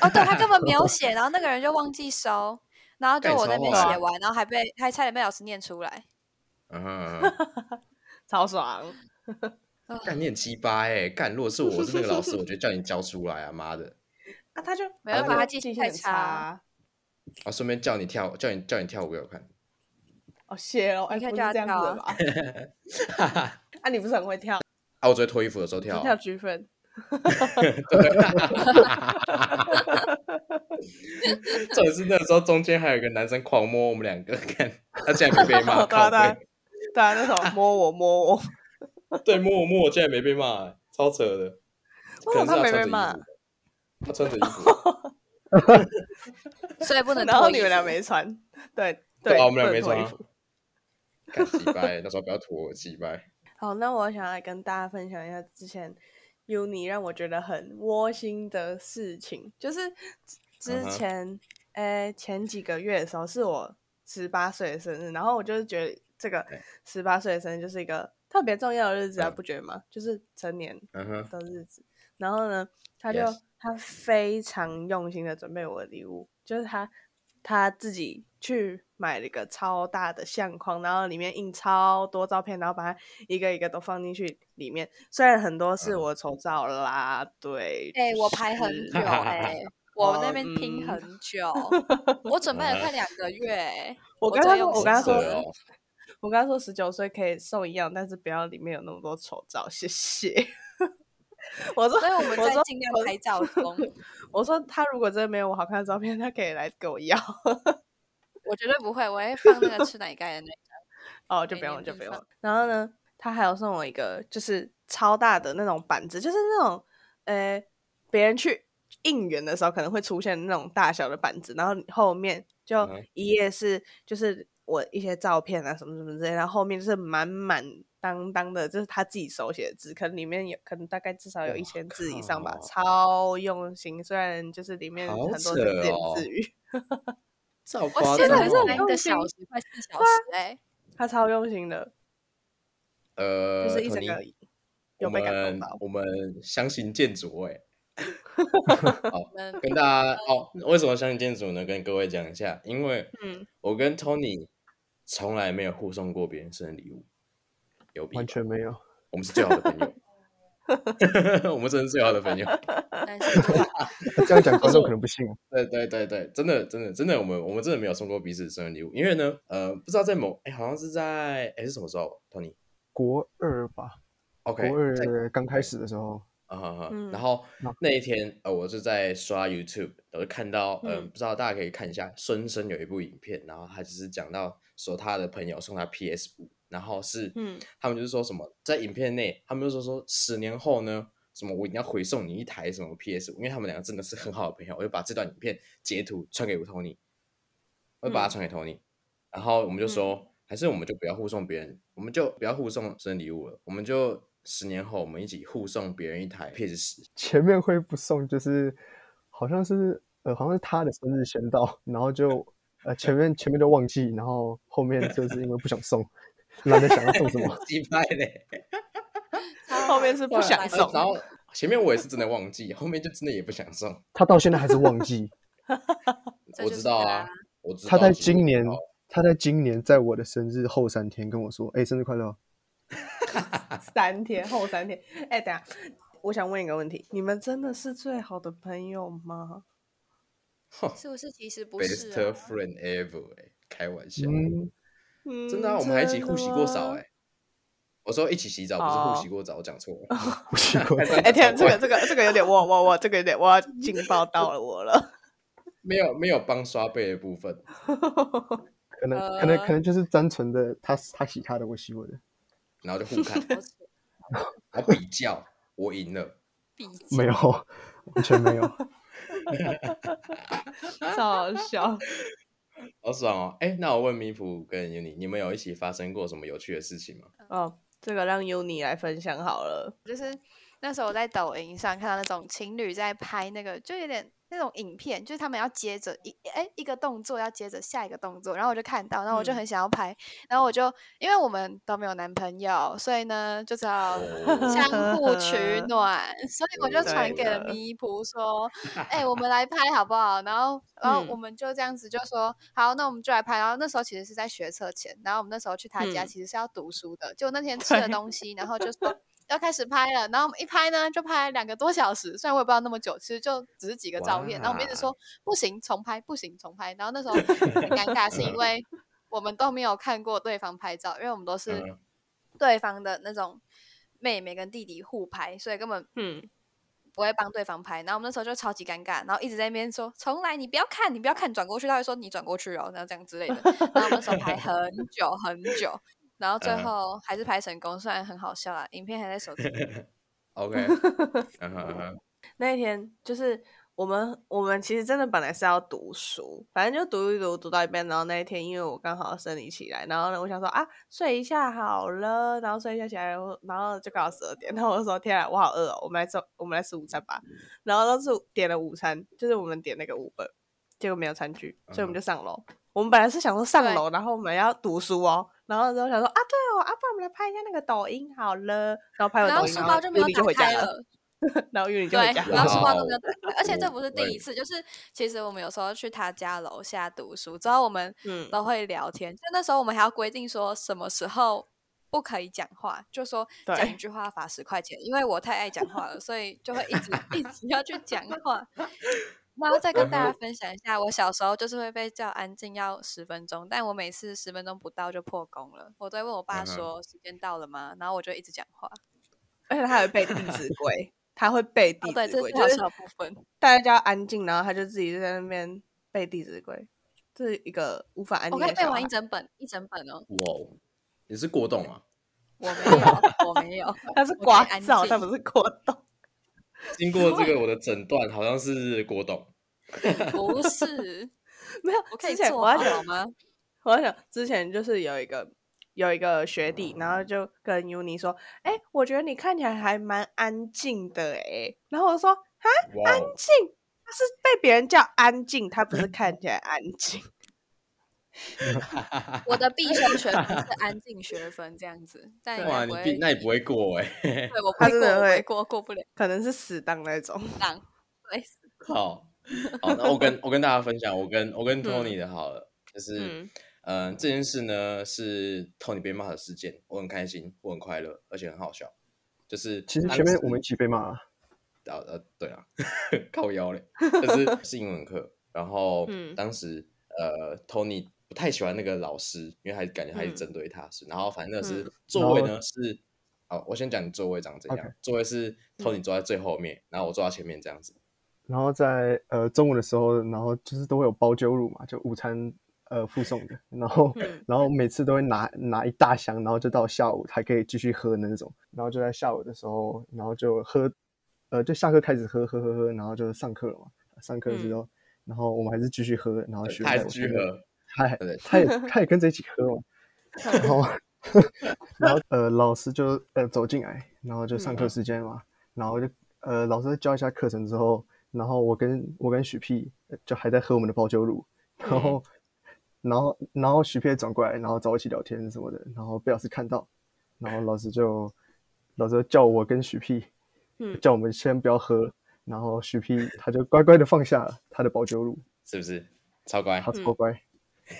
Speaker 4: 哦，对他根本没有写，然后那个人就忘记收，然后就
Speaker 2: 哎
Speaker 1: 干
Speaker 4: 我
Speaker 1: 超
Speaker 4: 那边
Speaker 2: 坏
Speaker 4: 写完，然后还被还差点被老师念出来。
Speaker 1: 嗯哼嗯哼
Speaker 2: 超爽！
Speaker 1: 啊干你很鸡巴哎！干，如果是我我是那个老师，我就叫你交出来啊！妈的，
Speaker 2: 啊，他就
Speaker 4: 没办
Speaker 2: 他
Speaker 4: 法
Speaker 2: 就
Speaker 4: 他记
Speaker 2: 记
Speaker 4: 性
Speaker 2: 性
Speaker 4: 太
Speaker 2: 很
Speaker 4: 差
Speaker 2: 差。
Speaker 1: 啊，顺便叫你跳，叫你叫你跳舞给我看。
Speaker 2: 哦，谢喽，哎，
Speaker 4: 你可以
Speaker 2: 不
Speaker 4: 叫
Speaker 2: 是
Speaker 4: 他
Speaker 2: 这样
Speaker 4: 跳
Speaker 2: 子的
Speaker 4: 啊
Speaker 2: 吧？
Speaker 1: (laughs)
Speaker 2: 啊，你不是很会跳，
Speaker 1: 啊，我昨天脱衣服的时候跳啊、
Speaker 2: 跳菊分，
Speaker 1: 重点是那个时候中间还有一个男生狂摸我们两个， (laughs) 看他竟然没被
Speaker 2: (laughs)
Speaker 1: 骂，
Speaker 2: 对啊
Speaker 1: 靠
Speaker 2: 对啊
Speaker 1: 背
Speaker 2: 对啊，那种摸我摸
Speaker 1: (laughs)
Speaker 2: 我，
Speaker 1: 对，摸我摸我竟然没被骂、欸，超扯的。
Speaker 2: 为
Speaker 1: 可
Speaker 2: 什
Speaker 1: 能是
Speaker 2: 么他没
Speaker 1: 穿着
Speaker 2: 被
Speaker 1: 衣
Speaker 2: 骂
Speaker 1: 服？他穿着衣
Speaker 2: (laughs)
Speaker 1: 服，
Speaker 4: 所以不能
Speaker 2: 然后
Speaker 4: 脱
Speaker 2: 你
Speaker 4: 衣
Speaker 2: 们俩
Speaker 4: 服
Speaker 2: 没穿，对
Speaker 1: 对啊，我们俩
Speaker 2: 不能
Speaker 1: 没
Speaker 2: 脱
Speaker 1: 穿
Speaker 2: 衣
Speaker 1: 啊
Speaker 2: 服。
Speaker 1: 干鸡巴欸，那时候不要拖我鸡巴。
Speaker 2: 好，那我想来跟大家分享一下之前 Uni 让我觉得很窝心的事情，就是之
Speaker 1: 嗯
Speaker 2: 之
Speaker 1: 哼
Speaker 2: 前，呃、前几个月的时候是我十八岁的生日，然后我就是觉得这个十八岁的生日就是一个特别重要的日子啊，
Speaker 1: 嗯
Speaker 2: 不觉得吗？就是成年
Speaker 1: 嗯哼，
Speaker 2: 的日子。然后呢，他就
Speaker 1: Yes
Speaker 2: 他非常用心的准备我的礼物，就是他他自己去买了一个超大的相框，然后里面印超多照片，然后把它一个一个都放进去里面。虽然很多是
Speaker 1: 嗯
Speaker 2: 我丑照啦，对，
Speaker 4: 哎、
Speaker 2: 就
Speaker 4: 我排很
Speaker 2: 是啊
Speaker 4: 久哎、
Speaker 2: (laughs)
Speaker 4: 我那边拼
Speaker 2: 嗯
Speaker 4: 很
Speaker 2: (laughs)
Speaker 4: 久，我准备了快两个月哎、
Speaker 2: 我
Speaker 4: 我
Speaker 2: 跟
Speaker 4: 最
Speaker 2: 他说，
Speaker 4: 用
Speaker 2: 我
Speaker 4: 心
Speaker 2: 跟他
Speaker 4: 是
Speaker 2: 说
Speaker 1: 对，哦，
Speaker 2: 我跟他说十九岁可以送一样，但是不要里面有那么多丑照，谢谢。 (laughs) 我说，
Speaker 4: 所以我们在
Speaker 2: 说
Speaker 4: 尽量
Speaker 2: 我
Speaker 4: 拍照
Speaker 2: (laughs)
Speaker 4: 中，
Speaker 2: 我说他如果真的没有我好看的照片，他可以来跟我要。
Speaker 4: 我绝对不会，我会放那个吃奶盖的那个。
Speaker 2: 哦，就
Speaker 4: 每
Speaker 2: 不用
Speaker 4: 年
Speaker 2: 了，就
Speaker 4: 必
Speaker 2: 不用
Speaker 4: 放
Speaker 2: 了。然后呢，他还有送我一个就是超大的那种板子，就是那种呃，别人去应援的时候可能会出现那种大小的板子，然后后面就
Speaker 1: 嗯
Speaker 2: 一页是就是我一些照片啊什么什么之类，然后后面就是满满当当的，就是他自己手写的字，可能里面有可能大概至少有一
Speaker 1: 哇
Speaker 2: 千字以上吧，
Speaker 1: 靠
Speaker 2: 超用心。虽然就是里面
Speaker 1: 好
Speaker 2: 很多
Speaker 1: 扯
Speaker 2: 是自言
Speaker 1: 哦
Speaker 2: 自语，
Speaker 1: 照
Speaker 4: 我
Speaker 1: 夸
Speaker 4: 写
Speaker 1: 张
Speaker 4: 了
Speaker 2: 还是很
Speaker 4: 三
Speaker 1: 哦。
Speaker 2: 用
Speaker 4: 个
Speaker 2: 心
Speaker 4: 小时，快四小
Speaker 2: 啊
Speaker 4: 时哎、
Speaker 2: 他超用心的，
Speaker 1: 呃，
Speaker 2: 就是一整
Speaker 1: Tony，
Speaker 2: 个
Speaker 1: 我
Speaker 2: 有被感
Speaker 1: 们
Speaker 2: 动到。
Speaker 1: 我们相形见绌哎、
Speaker 4: 我
Speaker 2: (laughs)
Speaker 4: 们
Speaker 1: 跟大家哦，为什么相形见绌呢？跟各位讲一下，因为
Speaker 2: 嗯，
Speaker 1: 我跟 Tony 从来没有互送过别人生日礼物，有比
Speaker 3: 完全没有。 (laughs)
Speaker 1: 我们是最好的朋
Speaker 2: (laughs)
Speaker 1: 友，我们真的是最好的朋友。 (laughs)
Speaker 4: 但是不管
Speaker 3: 这样讲观众可能不
Speaker 2: (laughs)
Speaker 3: 信。
Speaker 1: 对对对对，真的真的真的，我们我们真的没有送过彼此生日礼物，因为呢，呃，不知道在某哎，好像是在哎是什么时候，Tony？OK，、
Speaker 3: 国二吧，国
Speaker 1: OK，在
Speaker 3: 二刚开始的时候，
Speaker 1: 啊哈哈
Speaker 2: 嗯，
Speaker 1: 然后
Speaker 3: 那
Speaker 1: 那一天，呃，我是在刷 YouTube，我就看到，嗯、
Speaker 2: 嗯
Speaker 1: 不知道大家可以看一下，孙生有一部影片，然后他就是讲到说他的朋友送他 PS 五，然后是，
Speaker 2: 嗯，
Speaker 1: 他们就是说什么，在影片内，他们就说说十年后呢，什么我一定要回送你一台什么 PS 五，因为他们两个真的是很好的朋友，我就把这段影片截图传给我 Tony，我就把它
Speaker 2: 嗯
Speaker 1: 传给 Tony，、然后我们就说，还是我们就不要互送别人，我们就不要互送生日礼物了，我们就十年后我们一起互送别人一台 PS 十。
Speaker 3: 前面会不送，就是好像是呃，好像是他的生日先到，然后就呃前面前面就忘记，然后后面就是因为不想送，懒得想要送什
Speaker 1: (laughs)
Speaker 3: 么，
Speaker 1: 击败嘞，
Speaker 2: (laughs)
Speaker 4: 超
Speaker 2: 后
Speaker 4: 好
Speaker 2: 面是 (laughs) 不
Speaker 4: 超
Speaker 2: 想
Speaker 4: 好
Speaker 1: 呃
Speaker 2: 送
Speaker 1: 然后前面我也是真的忘记，后面就真的也不想
Speaker 2: (laughs)
Speaker 1: 送。
Speaker 3: 他到现在还是忘记。
Speaker 4: 这
Speaker 1: 我知
Speaker 4: 就是
Speaker 1: 道
Speaker 4: 他
Speaker 1: 啊，我知道。
Speaker 3: 他在
Speaker 1: 其实我
Speaker 3: 今
Speaker 1: 知
Speaker 3: 年
Speaker 1: 道，
Speaker 3: 他在今年在我的生日后三天跟我说：“哎、生日快乐
Speaker 2: 三天后三天。哎、等一下，我想问一个问题：你们真的是最好的朋友吗？
Speaker 1: 哼
Speaker 4: 是不是其实不是、
Speaker 1: (laughs) best
Speaker 4: 啊？
Speaker 1: friend ever，哎，开玩！”笑，
Speaker 3: 嗯，
Speaker 2: 嗯，
Speaker 1: 真的啊，我们还一起互洗过澡，
Speaker 2: 真的吗啊
Speaker 1: 哎。我说一起洗澡，不是
Speaker 2: 哦
Speaker 1: 互洗过澡，我讲错了。
Speaker 2: (laughs)
Speaker 3: 不习
Speaker 1: (laughs)
Speaker 3: 惯。
Speaker 2: 哎、天啊，这个这个这个有点我我我这个有点我要劲爆到了我了。
Speaker 1: 没有没有帮刷背的部分，
Speaker 3: 可能可能可能就是单纯的他他洗他的，我洗我的，
Speaker 1: 然后就互看， (laughs)
Speaker 4: 我是
Speaker 1: 然后比较，我赢了。
Speaker 4: 毕
Speaker 3: 没有，完全没有。
Speaker 2: (laughs) 超好笑！
Speaker 1: 好爽哦！哎，那我问米普跟 Uni，你们有一起发生过什么有趣的事情吗？
Speaker 2: 哦，这个让 Uni 来分享好了。
Speaker 4: 就是那时候我在抖音上看到那种情侣在拍那个，就有点那种影片，就是他们要接着一哎一个动作要接着下一个动作，然后我就看到，然后我就
Speaker 2: 嗯
Speaker 4: 很想要拍，然后我就因为我们都没有男朋友，所以呢就只好相互取暖，所以我就传
Speaker 2: 哦对
Speaker 4: 给了
Speaker 2: 的
Speaker 4: 咪普说，
Speaker 2: (laughs)
Speaker 4: 哎、我们来拍好不好？然后，然后我
Speaker 2: 嗯
Speaker 4: 们就这样子就说，好，那我们就来拍。然后那时候其实是在学测前，然后我们那时候去他家
Speaker 2: 嗯
Speaker 4: 其实是要读书的，就那天吃了
Speaker 2: 对
Speaker 4: 东西，然后就说要开始拍了。然后我们一拍呢，就拍了两个多小时，虽然我也不知道那么久，其实就只是几个照片。然后我们一直说不行，重拍，不行，重拍。然后那时候很尴尬，是因为我们都没有看过对方拍照，因为我们都是
Speaker 1: 嗯
Speaker 4: 对方的那种妹妹跟弟弟互拍，所以根本
Speaker 2: 嗯，
Speaker 4: 不会帮对方拍，然后我们那时候就超级尴尬，然后一直在那边说，从来你不要看，你不要看，你转过去，他会说你转过去哦，然后这样之类的，然后我们那时候排很久很久，然后最
Speaker 1: 嗯
Speaker 4: 后还是拍成功，虽然很好笑啦，影片还在手机里
Speaker 2: (laughs)
Speaker 1: OK，嗯哼嗯哼
Speaker 2: 那一天就是我们我们其实真的本来是要读书，反正就读一读，读到一半，然后那一天因为我刚好生理期来，然后呢我想说啊睡一下好了，然后睡一下起来，然后然后就刚好十二点，然后我就说天啊我好饿哦，我们来做我们来吃午餐吧，然后都是点了午餐，就是我们点那个五本，结果没有餐具，所以我们就上楼。我们本来是想说上
Speaker 4: 对
Speaker 2: 楼，然后我们要读书哦，然后之后想说啊对哦，啊不然我们来拍一下那个抖音好了，然后拍完
Speaker 4: 然
Speaker 2: 抖
Speaker 4: 后
Speaker 2: 音，
Speaker 4: 书包
Speaker 2: 就
Speaker 4: 没有
Speaker 2: 就
Speaker 4: 打
Speaker 2: 回家
Speaker 4: 开了，
Speaker 2: 然后玉林就
Speaker 5: 对
Speaker 2: 回家，，
Speaker 5: 然后书包
Speaker 1: 哇
Speaker 5: 都
Speaker 1: 哦
Speaker 5: 没有打开，而且这不是第
Speaker 1: 对
Speaker 5: 一次，就是其实我们有时候去他家楼下读书，之后我们
Speaker 2: 嗯
Speaker 5: 都会聊天，就那时候我们还要规定说什么时候。不可以讲话，就说
Speaker 2: 对
Speaker 5: 讲一句话罚十块钱，因为我太爱讲话了，所以就会一
Speaker 2: (laughs)
Speaker 5: 直一直要去讲话。然后再跟大家分享一下，我小时候就是会被叫安静要十分钟，但我每次十分钟不到就破功了，我都会问我爸
Speaker 1: 嗯哼
Speaker 5: 说时间到了吗？然后我就一直讲话。
Speaker 2: 而且他还会背《弟子规》，他会背《弟
Speaker 5: 哦，对，
Speaker 2: 子
Speaker 5: 这
Speaker 2: 规
Speaker 5: 是》，好
Speaker 2: 就
Speaker 5: 笑的
Speaker 2: 是
Speaker 5: 部分。
Speaker 2: 大家叫他安静，然后他就自己在那边背《弟子规》，这是一个无法安
Speaker 5: 我
Speaker 2: 静
Speaker 5: 可以
Speaker 2: 的
Speaker 5: 背
Speaker 2: 小
Speaker 5: 完
Speaker 2: 孩
Speaker 5: 一。整本，一整本
Speaker 2: (laughs)
Speaker 5: 哦。
Speaker 1: 哇哦，你是过动啊？
Speaker 5: 我没有，我没有，
Speaker 2: (laughs) 他是
Speaker 5: 我可以
Speaker 2: 瓜
Speaker 5: 安
Speaker 2: 照，
Speaker 5: 静
Speaker 2: 他不是果冻。
Speaker 1: 经过这个我的诊断，好像是过动。
Speaker 2: (laughs)
Speaker 5: 不是，
Speaker 2: (laughs) 没有，
Speaker 5: 我可以
Speaker 2: 之前
Speaker 5: 做
Speaker 2: 我要
Speaker 5: 好
Speaker 2: 讲
Speaker 5: 好
Speaker 2: (laughs)
Speaker 5: 吗？
Speaker 2: 我在想之前就是有一个有一个学弟，然后就跟 Uni 说：“哎、我觉得你看起来还蛮安静的哎、然后我说：“哈，
Speaker 1: 哇
Speaker 2: 安
Speaker 1: 哦，
Speaker 2: 静。”他是被别人叫安静，他不是看起来安静。
Speaker 5: 我的必修学分是安静学分这样子，但应该
Speaker 1: 哇，你
Speaker 5: 不会
Speaker 1: 必那也不会过哎、
Speaker 5: 对
Speaker 2: (laughs)
Speaker 5: 我不
Speaker 2: 他
Speaker 5: 会
Speaker 2: 真
Speaker 5: 过，
Speaker 2: 的
Speaker 5: 我不
Speaker 2: 会
Speaker 5: 会过，过不了
Speaker 2: 可能是死党那种。
Speaker 5: 档。对，
Speaker 1: 好，好，那我跟 (laughs) 我跟大家分享，我跟我跟 Tony 的好了，就是，
Speaker 2: (laughs) 嗯
Speaker 1: 嗯、这件事呢是 Tony 被骂的事件，我很开心，我很快乐，而且很好笑。就是
Speaker 3: 其实
Speaker 1: 当
Speaker 3: 前面
Speaker 1: 时
Speaker 3: 我们一起被骂了，啊
Speaker 1: 呃呃，对啊， (laughs) 靠腰嘞，
Speaker 3: (laughs)
Speaker 1: 就是是英文课，然后
Speaker 2: 嗯
Speaker 1: 当时呃，Tony 不太喜欢那个老师，因为还感觉他是
Speaker 2: 嗯
Speaker 1: 针对他是，然后反正那是
Speaker 2: 嗯
Speaker 1: 座位
Speaker 3: 然
Speaker 1: 呢是，好，我先讲座位长怎
Speaker 3: OK 嗯
Speaker 1: 样，座位是 Tony 坐在最后面，然后我坐在前面这样子，
Speaker 3: 然后在呃中午的时候，然后就是都会有包酒乳嘛，就午餐呃附送的，然后、
Speaker 2: 嗯
Speaker 3: 然后每次都会拿拿一大箱，然后就到下午还可以继续喝那种，然后就在下午的时候，然后就喝，呃就下课开始喝喝喝喝，然后就上课了嘛，上课之
Speaker 2: 嗯
Speaker 3: 后，然后我们还是继续喝，然后哦学
Speaker 1: 他还
Speaker 3: 妹
Speaker 1: 是
Speaker 3: 我
Speaker 1: 继续
Speaker 3: 觉得
Speaker 1: 喝，
Speaker 3: 他还
Speaker 1: 对不对
Speaker 3: 他也他也跟着一起喝嘛，然后然后呃老师就呃走进来，然后就上课时间嘛，然后就呃老师教一下课程之后，然后我跟我跟许屁呃就还在喝我们的包酒乳，然后、然后然后许屁也转过来，然后找我一起聊天什么的，然后被老师看到，然后老师就老师就叫我跟许屁，
Speaker 2: 嗯
Speaker 3: 叫我们先不要喝。然后许屁他就乖乖的放下了他的保酒乳，
Speaker 1: 是不是？超乖
Speaker 3: 他，超乖，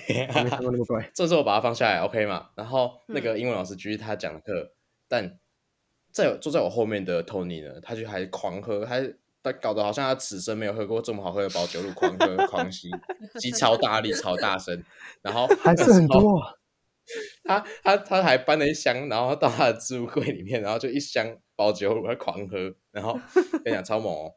Speaker 3: 我没看过那么乖。
Speaker 1: 这时候我把它放下来，OK 嘛？然后那个英文老师继续他讲的课，但在我坐在我后面的 Tony 呢，他就还狂喝，还他搞得好像他此生没有喝过这么好喝的保酒乳，狂喝狂吸，吸超大力、超大声，然后
Speaker 3: (laughs) 还是很多、啊，
Speaker 1: 他他他还搬了一箱，然后到他的置物柜里面，然后就一箱保酒乳，他狂喝，然后跟你讲超猛哦。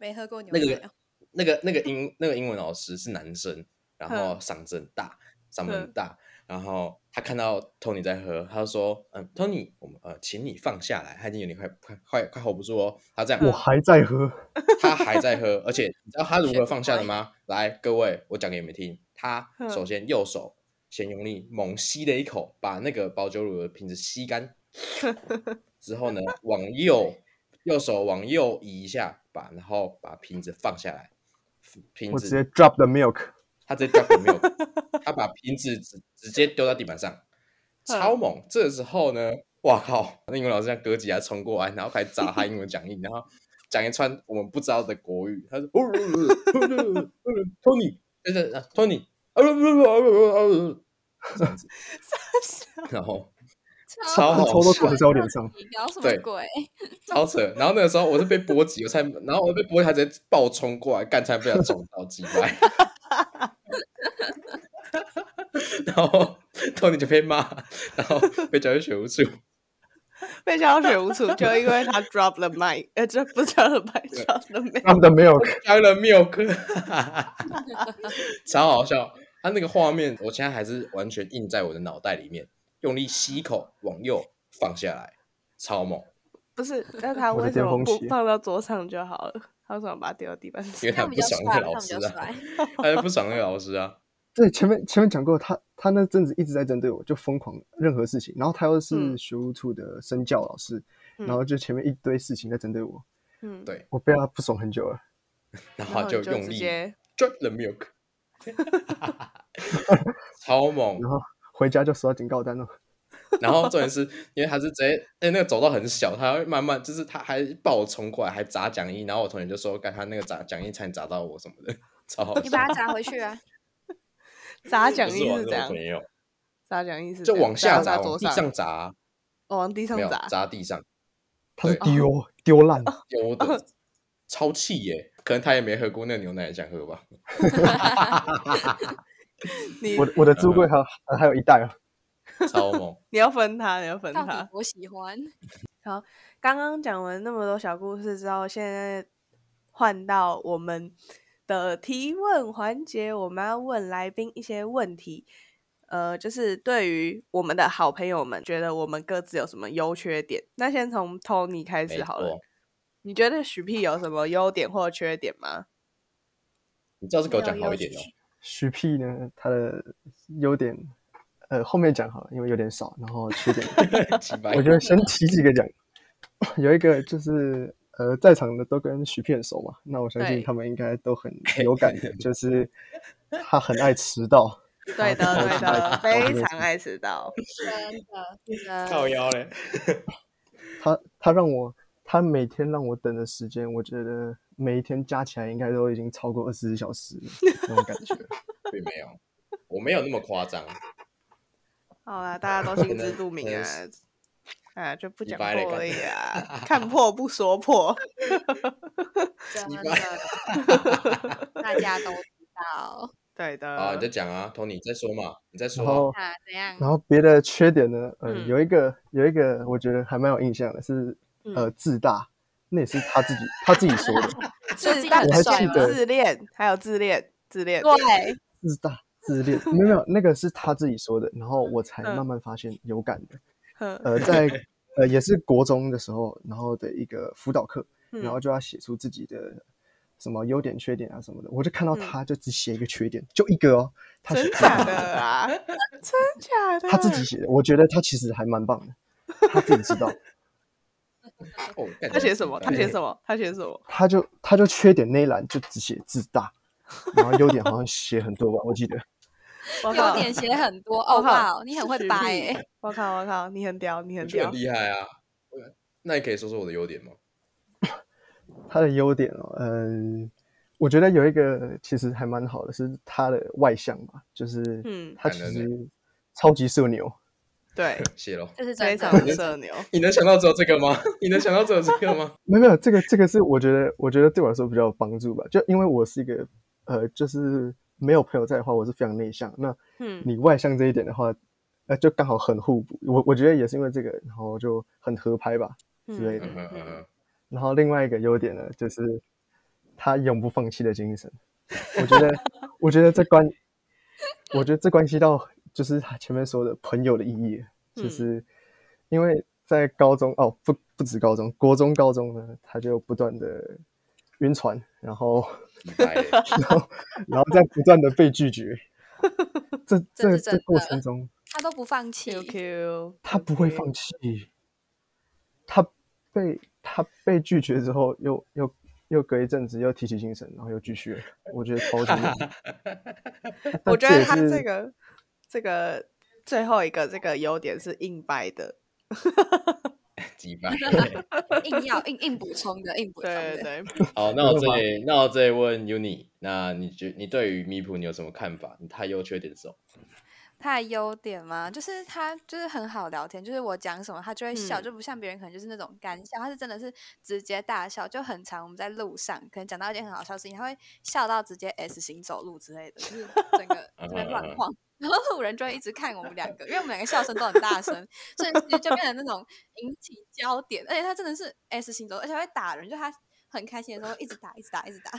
Speaker 5: 没喝过牛
Speaker 1: 那
Speaker 5: 奶
Speaker 1: 个
Speaker 5: 哦，
Speaker 1: 那个那个英那个英文老师是男生，然后嗓子很大，嗓门很大，然后他看到 Tony 在喝，他就说：“嗯，Tony，我们呃，请你放下来。”他已经有点快快快快 hold 不住哦，他这样，
Speaker 3: 我还在喝，
Speaker 1: 他还在喝，
Speaker 3: (laughs)
Speaker 1: 而且你知道他如何放下的
Speaker 5: 学
Speaker 1: 吗？来，各位，我讲给你们听，他
Speaker 2: 嗯
Speaker 1: 首先右手先用力猛吸了一口，把那个保酒乳的瓶子吸
Speaker 3: (laughs)
Speaker 1: 干，之后呢，往右右手往右移一下，把然后把瓶子放下来，瓶
Speaker 3: 我直接
Speaker 1: 子
Speaker 3: drop the milk。
Speaker 1: 他直接掉给没有，他把瓶子直直接丢到地板上，超猛！这时候呢，哇靠，那英文老师像哥吉拉冲过来，然后还砸他英文讲义，然后讲一串我们不知道的国语，他说，Tony，就是 Tony，这样子，然后超好
Speaker 3: 超多
Speaker 1: 笑
Speaker 3: 口在我脸上，
Speaker 5: 你聊什么
Speaker 1: 对
Speaker 5: 鬼？
Speaker 1: 超扯。然后那个时候我是被波及，我才，然后我被波及，他直接暴冲过来，干才被他撞到击败。 (laughs) 然后 Tony 就被骂，然后被叫去学务处。
Speaker 2: 被叫到学无处，就因为他 drop the mic，呃，这不是 drop the mic，drop
Speaker 1: (laughs)
Speaker 2: the mic。
Speaker 3: drop the milk，
Speaker 1: 开了 milk，超好笑。他那个画面，我现在还是完全印在我的脑袋里面。用力吸一口，往右放下来，超猛，
Speaker 2: 不是，那他
Speaker 3: 我的
Speaker 2: 为什
Speaker 3: 巅
Speaker 2: 么
Speaker 3: 峰
Speaker 2: 不
Speaker 3: 期
Speaker 2: 放到桌上就好了？他为什么把它丢到地板
Speaker 1: 因
Speaker 2: 上
Speaker 1: 为？他
Speaker 5: 比
Speaker 1: 不
Speaker 5: 较
Speaker 1: 爽那
Speaker 5: 帅，
Speaker 1: 个老
Speaker 5: 他比
Speaker 1: 师
Speaker 5: 较
Speaker 1: 啊
Speaker 5: 帅，，
Speaker 1: (laughs) 他就不爽那个老师啊。
Speaker 3: 对，前面前面讲过，他他那阵子一直在针对我，就疯狂任何事情。然后他又是
Speaker 2: 嗯
Speaker 3: 学务处的身教老师，
Speaker 2: 嗯
Speaker 3: 然后就前面一堆事情在针对我，
Speaker 2: 嗯，
Speaker 1: 对
Speaker 3: 我被他不爽很久了。
Speaker 1: 然
Speaker 2: 然
Speaker 1: 后
Speaker 2: 后
Speaker 1: 他
Speaker 2: 你就
Speaker 1: 用
Speaker 2: 直
Speaker 1: 力
Speaker 2: 接
Speaker 1: drop the milk，超猛 (laughs) 嗯
Speaker 3: 然后回家就收到警告单了，
Speaker 1: 然后重点是因为他是直接，哎、那个走道很小，他会慢慢就是他还抱我冲过来，还砸讲义，然后我同学就说，干他那个砸讲义差点砸到我什么的， (laughs) 超好
Speaker 4: 你
Speaker 1: 笑。
Speaker 4: 把它砸回去啊！
Speaker 2: 砸奖
Speaker 1: 不
Speaker 2: 意
Speaker 1: 是我，
Speaker 2: 是
Speaker 1: 是
Speaker 2: 怎样
Speaker 1: 我？朋友，
Speaker 2: 砸奖意是
Speaker 1: 就
Speaker 2: 怎样
Speaker 1: 往下砸，
Speaker 2: 砸到
Speaker 1: 往
Speaker 2: 桌
Speaker 1: 地上砸，
Speaker 2: 哦往地上
Speaker 1: 没有
Speaker 2: 砸，
Speaker 1: 砸地
Speaker 2: (laughs)
Speaker 1: 上，
Speaker 3: 他是
Speaker 1: 对哦
Speaker 3: 丢丢烂，
Speaker 1: 有的，超气耶！可能他也没喝过那个牛奶，想喝吧？ (laughs)
Speaker 2: 你
Speaker 3: 我的我的猪柜还有呃还有一袋哦，
Speaker 1: 超猛，
Speaker 2: 你要分他，你要分
Speaker 4: 到底
Speaker 2: 他。
Speaker 4: 我喜欢，
Speaker 2: 刚刚讲完那么多小故事之后，现在换到我们的提问环节，我们要问来宾一些问题。呃，就是对于我们的好朋友们，觉得我们各自有什么优缺点？那先从 Tony 开
Speaker 1: 没
Speaker 2: 始好了
Speaker 1: 错。。
Speaker 2: 你觉得许屁有什么优点或缺点吗？
Speaker 1: 你倒是给我
Speaker 4: 没有
Speaker 1: 讲好
Speaker 4: 优
Speaker 1: 一点
Speaker 2: (laughs)
Speaker 1: 哦
Speaker 4: 点。
Speaker 3: 徐屁呢，他的优点，呃，后面讲好了，因为有点少。然后缺点，
Speaker 1: (laughs) 鸡掰
Speaker 3: 我觉得先提几个讲。 (laughs) 有一个就是，呃，在场的都跟徐屁很熟嘛，那我相信
Speaker 2: 对
Speaker 3: 他们应该都很有感的，就是他很爱迟到。
Speaker 2: 对的，
Speaker 3: 好
Speaker 2: 对
Speaker 3: 好
Speaker 2: 的，
Speaker 3: 好
Speaker 2: 非
Speaker 3: 没事
Speaker 2: 常爱迟到。
Speaker 4: 真的，
Speaker 1: (laughs)
Speaker 4: 真
Speaker 1: 靠
Speaker 4: 的
Speaker 1: 腰嘞，
Speaker 3: 他他让我，他每天让我等的时间，我觉得每一天加起来应该都已经超过二十四小时了那种感
Speaker 2: (laughs)
Speaker 3: 觉。
Speaker 1: 并没有，我没有那么夸张。
Speaker 2: 好啦，大家都心知肚明
Speaker 1: 真
Speaker 2: 啊
Speaker 1: 的是，
Speaker 2: 啊，就不
Speaker 1: 你
Speaker 2: 讲
Speaker 1: 掰了
Speaker 2: 破
Speaker 1: 干
Speaker 2: 而已
Speaker 1: (laughs)
Speaker 2: 啊，看破不说破。
Speaker 4: 真的，大家都知道。
Speaker 2: 对的，
Speaker 1: 啊，你再讲啊，Tony，你再说嘛，你再说
Speaker 3: 然
Speaker 1: 啊、
Speaker 3: 后
Speaker 4: 那怎样？
Speaker 3: 然后别的缺点呢，呃，
Speaker 2: 嗯
Speaker 3: 有一个有一个我觉得还蛮有印象的是，呃，自大，那也是他自己他自己说的，
Speaker 4: 自
Speaker 2: 自
Speaker 4: 己
Speaker 2: 大
Speaker 3: 我还
Speaker 4: 帅
Speaker 3: 记
Speaker 4: 吗
Speaker 3: 得
Speaker 2: 自恋，还有自恋，自恋。
Speaker 4: 对，
Speaker 3: 自大自恋，没有没有，那个是他自己说的，然后我才
Speaker 2: 嗯
Speaker 3: 慢慢发现有感的，
Speaker 2: 哼，
Speaker 3: 呃，在呃也是国中的时候，然后的一个辅导课，
Speaker 2: 嗯
Speaker 3: 然后就要写出自己的。什么优点、缺点啊什么的，我就看到
Speaker 2: 嗯
Speaker 3: 他就只写一个缺点，就一个哦，他写
Speaker 2: 真假的啊？真假的？啊
Speaker 3: 他自己，写的，我觉得他其实还蛮棒的，他自己
Speaker 2: (laughs)
Speaker 3: 知道，
Speaker 1: 哦干
Speaker 2: 他写什么？
Speaker 1: 你
Speaker 2: 他写什么？他写什么？
Speaker 3: 他就他就缺点那一栏就只写自大，然后优点好像写很多吧，我记得。
Speaker 2: 我靠
Speaker 4: 优！点写很多
Speaker 2: 我
Speaker 4: 哦，
Speaker 2: 靠
Speaker 4: 哇，你很会
Speaker 2: 是
Speaker 4: 掰
Speaker 2: 屁
Speaker 4: 欸
Speaker 2: 我靠！我靠！你很屌，你
Speaker 1: 我
Speaker 2: 很
Speaker 1: 觉得
Speaker 2: 屌
Speaker 1: 很。厉害啊。那你可以说说我的优点吗？
Speaker 3: 他的优点哦，嗯，我觉得有一个其实还蛮好的，是他的外向吧，就是
Speaker 2: 嗯
Speaker 3: 他其
Speaker 1: 感
Speaker 3: 实
Speaker 1: 人欸
Speaker 3: 超级社牛，
Speaker 2: 对，
Speaker 1: 谢喽。
Speaker 4: 这是
Speaker 2: 非
Speaker 4: 真
Speaker 2: 常
Speaker 4: 的。
Speaker 2: 社牛。
Speaker 1: 你能想到只有这个吗？你能想到只有这个吗？
Speaker 3: 没有没有，
Speaker 1: (laughs)
Speaker 3: 这个这个是我觉得我觉得对我来说比较有帮助吧，就因为我是一个呃，就是没有朋友在的话，我是非常内向，那
Speaker 2: 嗯
Speaker 3: 你外向这一点的话，呃，就刚好很互补，我我觉得也是因为这个，然后就很合拍吧之类的。
Speaker 1: 嗯哼嗯哼，
Speaker 3: 然后另外一个优点呢，就是他永不放弃的精神。我觉得，我觉得这关，我觉得这关系到就是他前面说的朋友的意义，就
Speaker 2: 嗯
Speaker 3: 是因为在高中哦，不不止高中，国中、高中呢，他就不断的晕船，然后 (laughs)
Speaker 1: 你白嘞
Speaker 3: 然后再不断的被拒绝。这
Speaker 4: 这
Speaker 3: 这
Speaker 4: 是真
Speaker 3: 这过
Speaker 4: 的
Speaker 3: 程中，
Speaker 4: 他都不放弃，
Speaker 2: Q Q，
Speaker 3: 他不会放弃。他被他被拒绝之后，又又又隔一阵子又提起精神，然后又继续了。我觉得超级猛。
Speaker 2: 我觉得他
Speaker 3: 也是
Speaker 2: 这个这个最后一个这个优点是硬掰的，
Speaker 1: 鸡掰。
Speaker 4: 硬要硬硬补充的，硬补充
Speaker 2: 对
Speaker 4: 的。
Speaker 2: 对
Speaker 1: 好，那我
Speaker 3: 真的吗
Speaker 1: 这里，那我这里问 Uni，那你觉你对于米普你有什么看法？你太优缺点是什么？
Speaker 4: 他的优点嘛，就是他就是很好聊天，就是我讲什么他就会笑，
Speaker 2: 嗯
Speaker 4: 就不像别人可能就是那种干笑，他是真的是直接大笑，就很常我们在路上可能讲到一件很好笑的事情，他会笑到直接 S 型走路之类的，就是整个这边乱
Speaker 1: 嗯嗯嗯
Speaker 4: 晃。然后路人就会一直看我们两个，因为我们两个笑声都很大声，所以其实就变成那种引起焦点。而且他真的是 S 型走路，而且还会打人，就他很开心的时候一直打，一直打，一直打。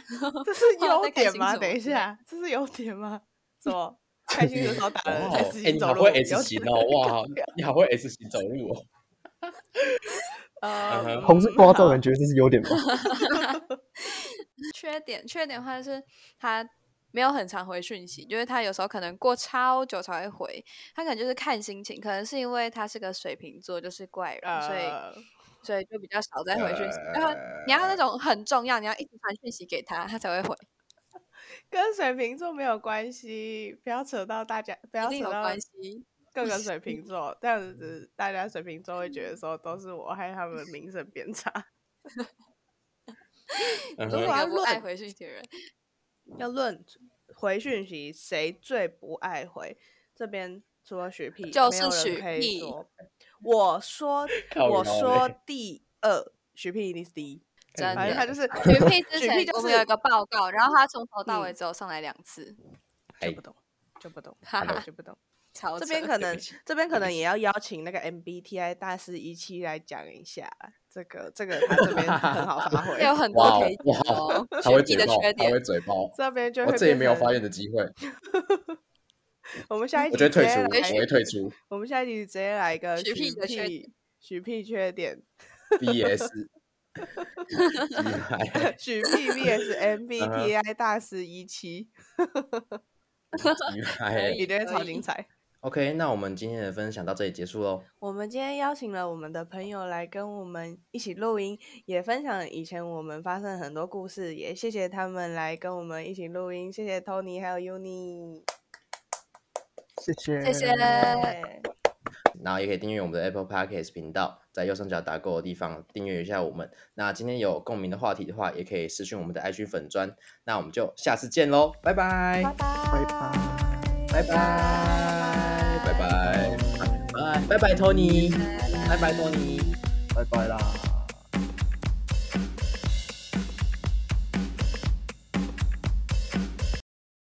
Speaker 2: 这
Speaker 4: (laughs)
Speaker 2: 是
Speaker 4: 后来
Speaker 2: 优
Speaker 4: 再开
Speaker 2: 点
Speaker 4: 心
Speaker 2: 吗？
Speaker 4: 什么
Speaker 2: 等一
Speaker 4: 之类的
Speaker 2: 下，这是优点吗？什么？
Speaker 1: (laughs)
Speaker 2: 开心的时候打人，
Speaker 1: 哦
Speaker 2: 开，
Speaker 1: 哎，
Speaker 2: 心
Speaker 1: 你
Speaker 2: 呃走
Speaker 1: 好
Speaker 2: 路，
Speaker 1: 会
Speaker 2: 有
Speaker 1: S 型哦，
Speaker 2: (laughs)
Speaker 1: 哇，你好会 S 型走路哦。嗯
Speaker 2: 呃
Speaker 1: 哼，
Speaker 3: 红色瓜照感觉这是优点吧？
Speaker 4: 缺点，缺点的话就是他没有很常回讯息，就是他有时候可能过超久才会回，他可能就是看心情，可能是因为他是个水瓶座，就是怪人，嗯所以
Speaker 2: 呃，
Speaker 4: 所以就比较少再回讯息。然后
Speaker 1: 呃
Speaker 4: 你要那种很重要，你要一直传讯息给他，他才会回，
Speaker 2: 跟水瓶座没有关系，不要扯到大家，不要
Speaker 4: 一定
Speaker 2: 扯
Speaker 4: 有
Speaker 2: 到
Speaker 4: 关系。
Speaker 2: 各
Speaker 4: (laughs)
Speaker 2: 个水瓶座，这样子大家水瓶座会觉得说都是我害他们名声变差。
Speaker 1: 嗯
Speaker 5: 你是一
Speaker 1: 哼嗯
Speaker 2: 果要
Speaker 5: 个不爱
Speaker 2: 论
Speaker 5: 回讯息的人，
Speaker 2: 要论回讯息，谁最不爱回？这边除了
Speaker 1: 呃
Speaker 2: 许屁，
Speaker 5: 就
Speaker 2: 没
Speaker 5: 是
Speaker 2: 有人
Speaker 5: 许
Speaker 2: 可以
Speaker 5: 屁
Speaker 2: 说我
Speaker 1: (laughs)
Speaker 2: 说
Speaker 1: 靠
Speaker 2: 我
Speaker 1: 腰
Speaker 2: 说
Speaker 1: 嘞
Speaker 2: 第二，许屁一定是第一，
Speaker 5: 真
Speaker 2: 反正他
Speaker 5: 的。
Speaker 2: 就是
Speaker 5: 群屁之
Speaker 2: 举
Speaker 5: 前
Speaker 2: 屁就
Speaker 5: 我们有
Speaker 2: 是
Speaker 5: 一个报告，然后他从头到尾
Speaker 2: 嗯
Speaker 5: 只有上来两次，
Speaker 2: (laughs) 就
Speaker 1: 哎
Speaker 2: 不懂，就
Speaker 1: (laughs)
Speaker 2: 不懂，
Speaker 5: 哈
Speaker 1: 哈
Speaker 2: 就不懂。
Speaker 5: 超
Speaker 2: 这边
Speaker 5: 扯
Speaker 2: 可
Speaker 1: 对不
Speaker 2: 能
Speaker 1: 起
Speaker 2: 这边可能也要邀请那个 MBTI 大师一期来讲一下这个这个他这边很
Speaker 1: (laughs)
Speaker 2: 好发挥，
Speaker 5: 有很多
Speaker 1: 哇哦
Speaker 5: 可以
Speaker 1: 哇
Speaker 5: 讲哦
Speaker 1: 哦，他会
Speaker 5: 群屁
Speaker 1: 嘴
Speaker 5: 的
Speaker 1: 爆
Speaker 5: 缺，
Speaker 1: 他
Speaker 5: 点
Speaker 1: 会嘴爆，
Speaker 2: 这边就
Speaker 1: 我
Speaker 2: 会
Speaker 1: 自己
Speaker 2: 变
Speaker 1: 没有
Speaker 2: 成
Speaker 1: 发言的机会，
Speaker 2: 我们下
Speaker 1: 我
Speaker 2: 一集
Speaker 1: 觉得退
Speaker 2: 直
Speaker 1: 出，
Speaker 2: 接
Speaker 1: 我
Speaker 2: 来
Speaker 1: 会退 (laughs) 出。
Speaker 2: 我们下一集直接来一个
Speaker 5: 徐
Speaker 2: 徐
Speaker 5: 屁的缺
Speaker 2: 屁徐屁缺点，
Speaker 1: (laughs) BS，厉害，
Speaker 2: 许 P VS MBTI 大师一期，
Speaker 1: 厉害
Speaker 5: 可。
Speaker 2: 一
Speaker 5: 以
Speaker 2: 定会超
Speaker 5: 可以
Speaker 2: 精彩。
Speaker 1: OK，那我们今天的分享到这里结束喽。
Speaker 2: 我们今天邀请了我们的朋友来跟我们一起录音，也分享以前我们发生很多故事，也谢谢他们来跟我们一起录音，谢谢 Tony 还有 Uni，
Speaker 3: 谢谢，
Speaker 5: 谢谢。
Speaker 2: 耶
Speaker 1: 然后也可以订阅我们的 Apple Podcast 频道，在右上角打勾的地方订阅一下我们。那今天有共鸣的话题的话，也可以私讯我们的 IG 粉砖。那我们就下次见喽，拜拜，
Speaker 3: 拜拜。
Speaker 1: 拜拜，拜拜，拜拜，托尼，拜拜，托尼。
Speaker 3: 拜拜啦。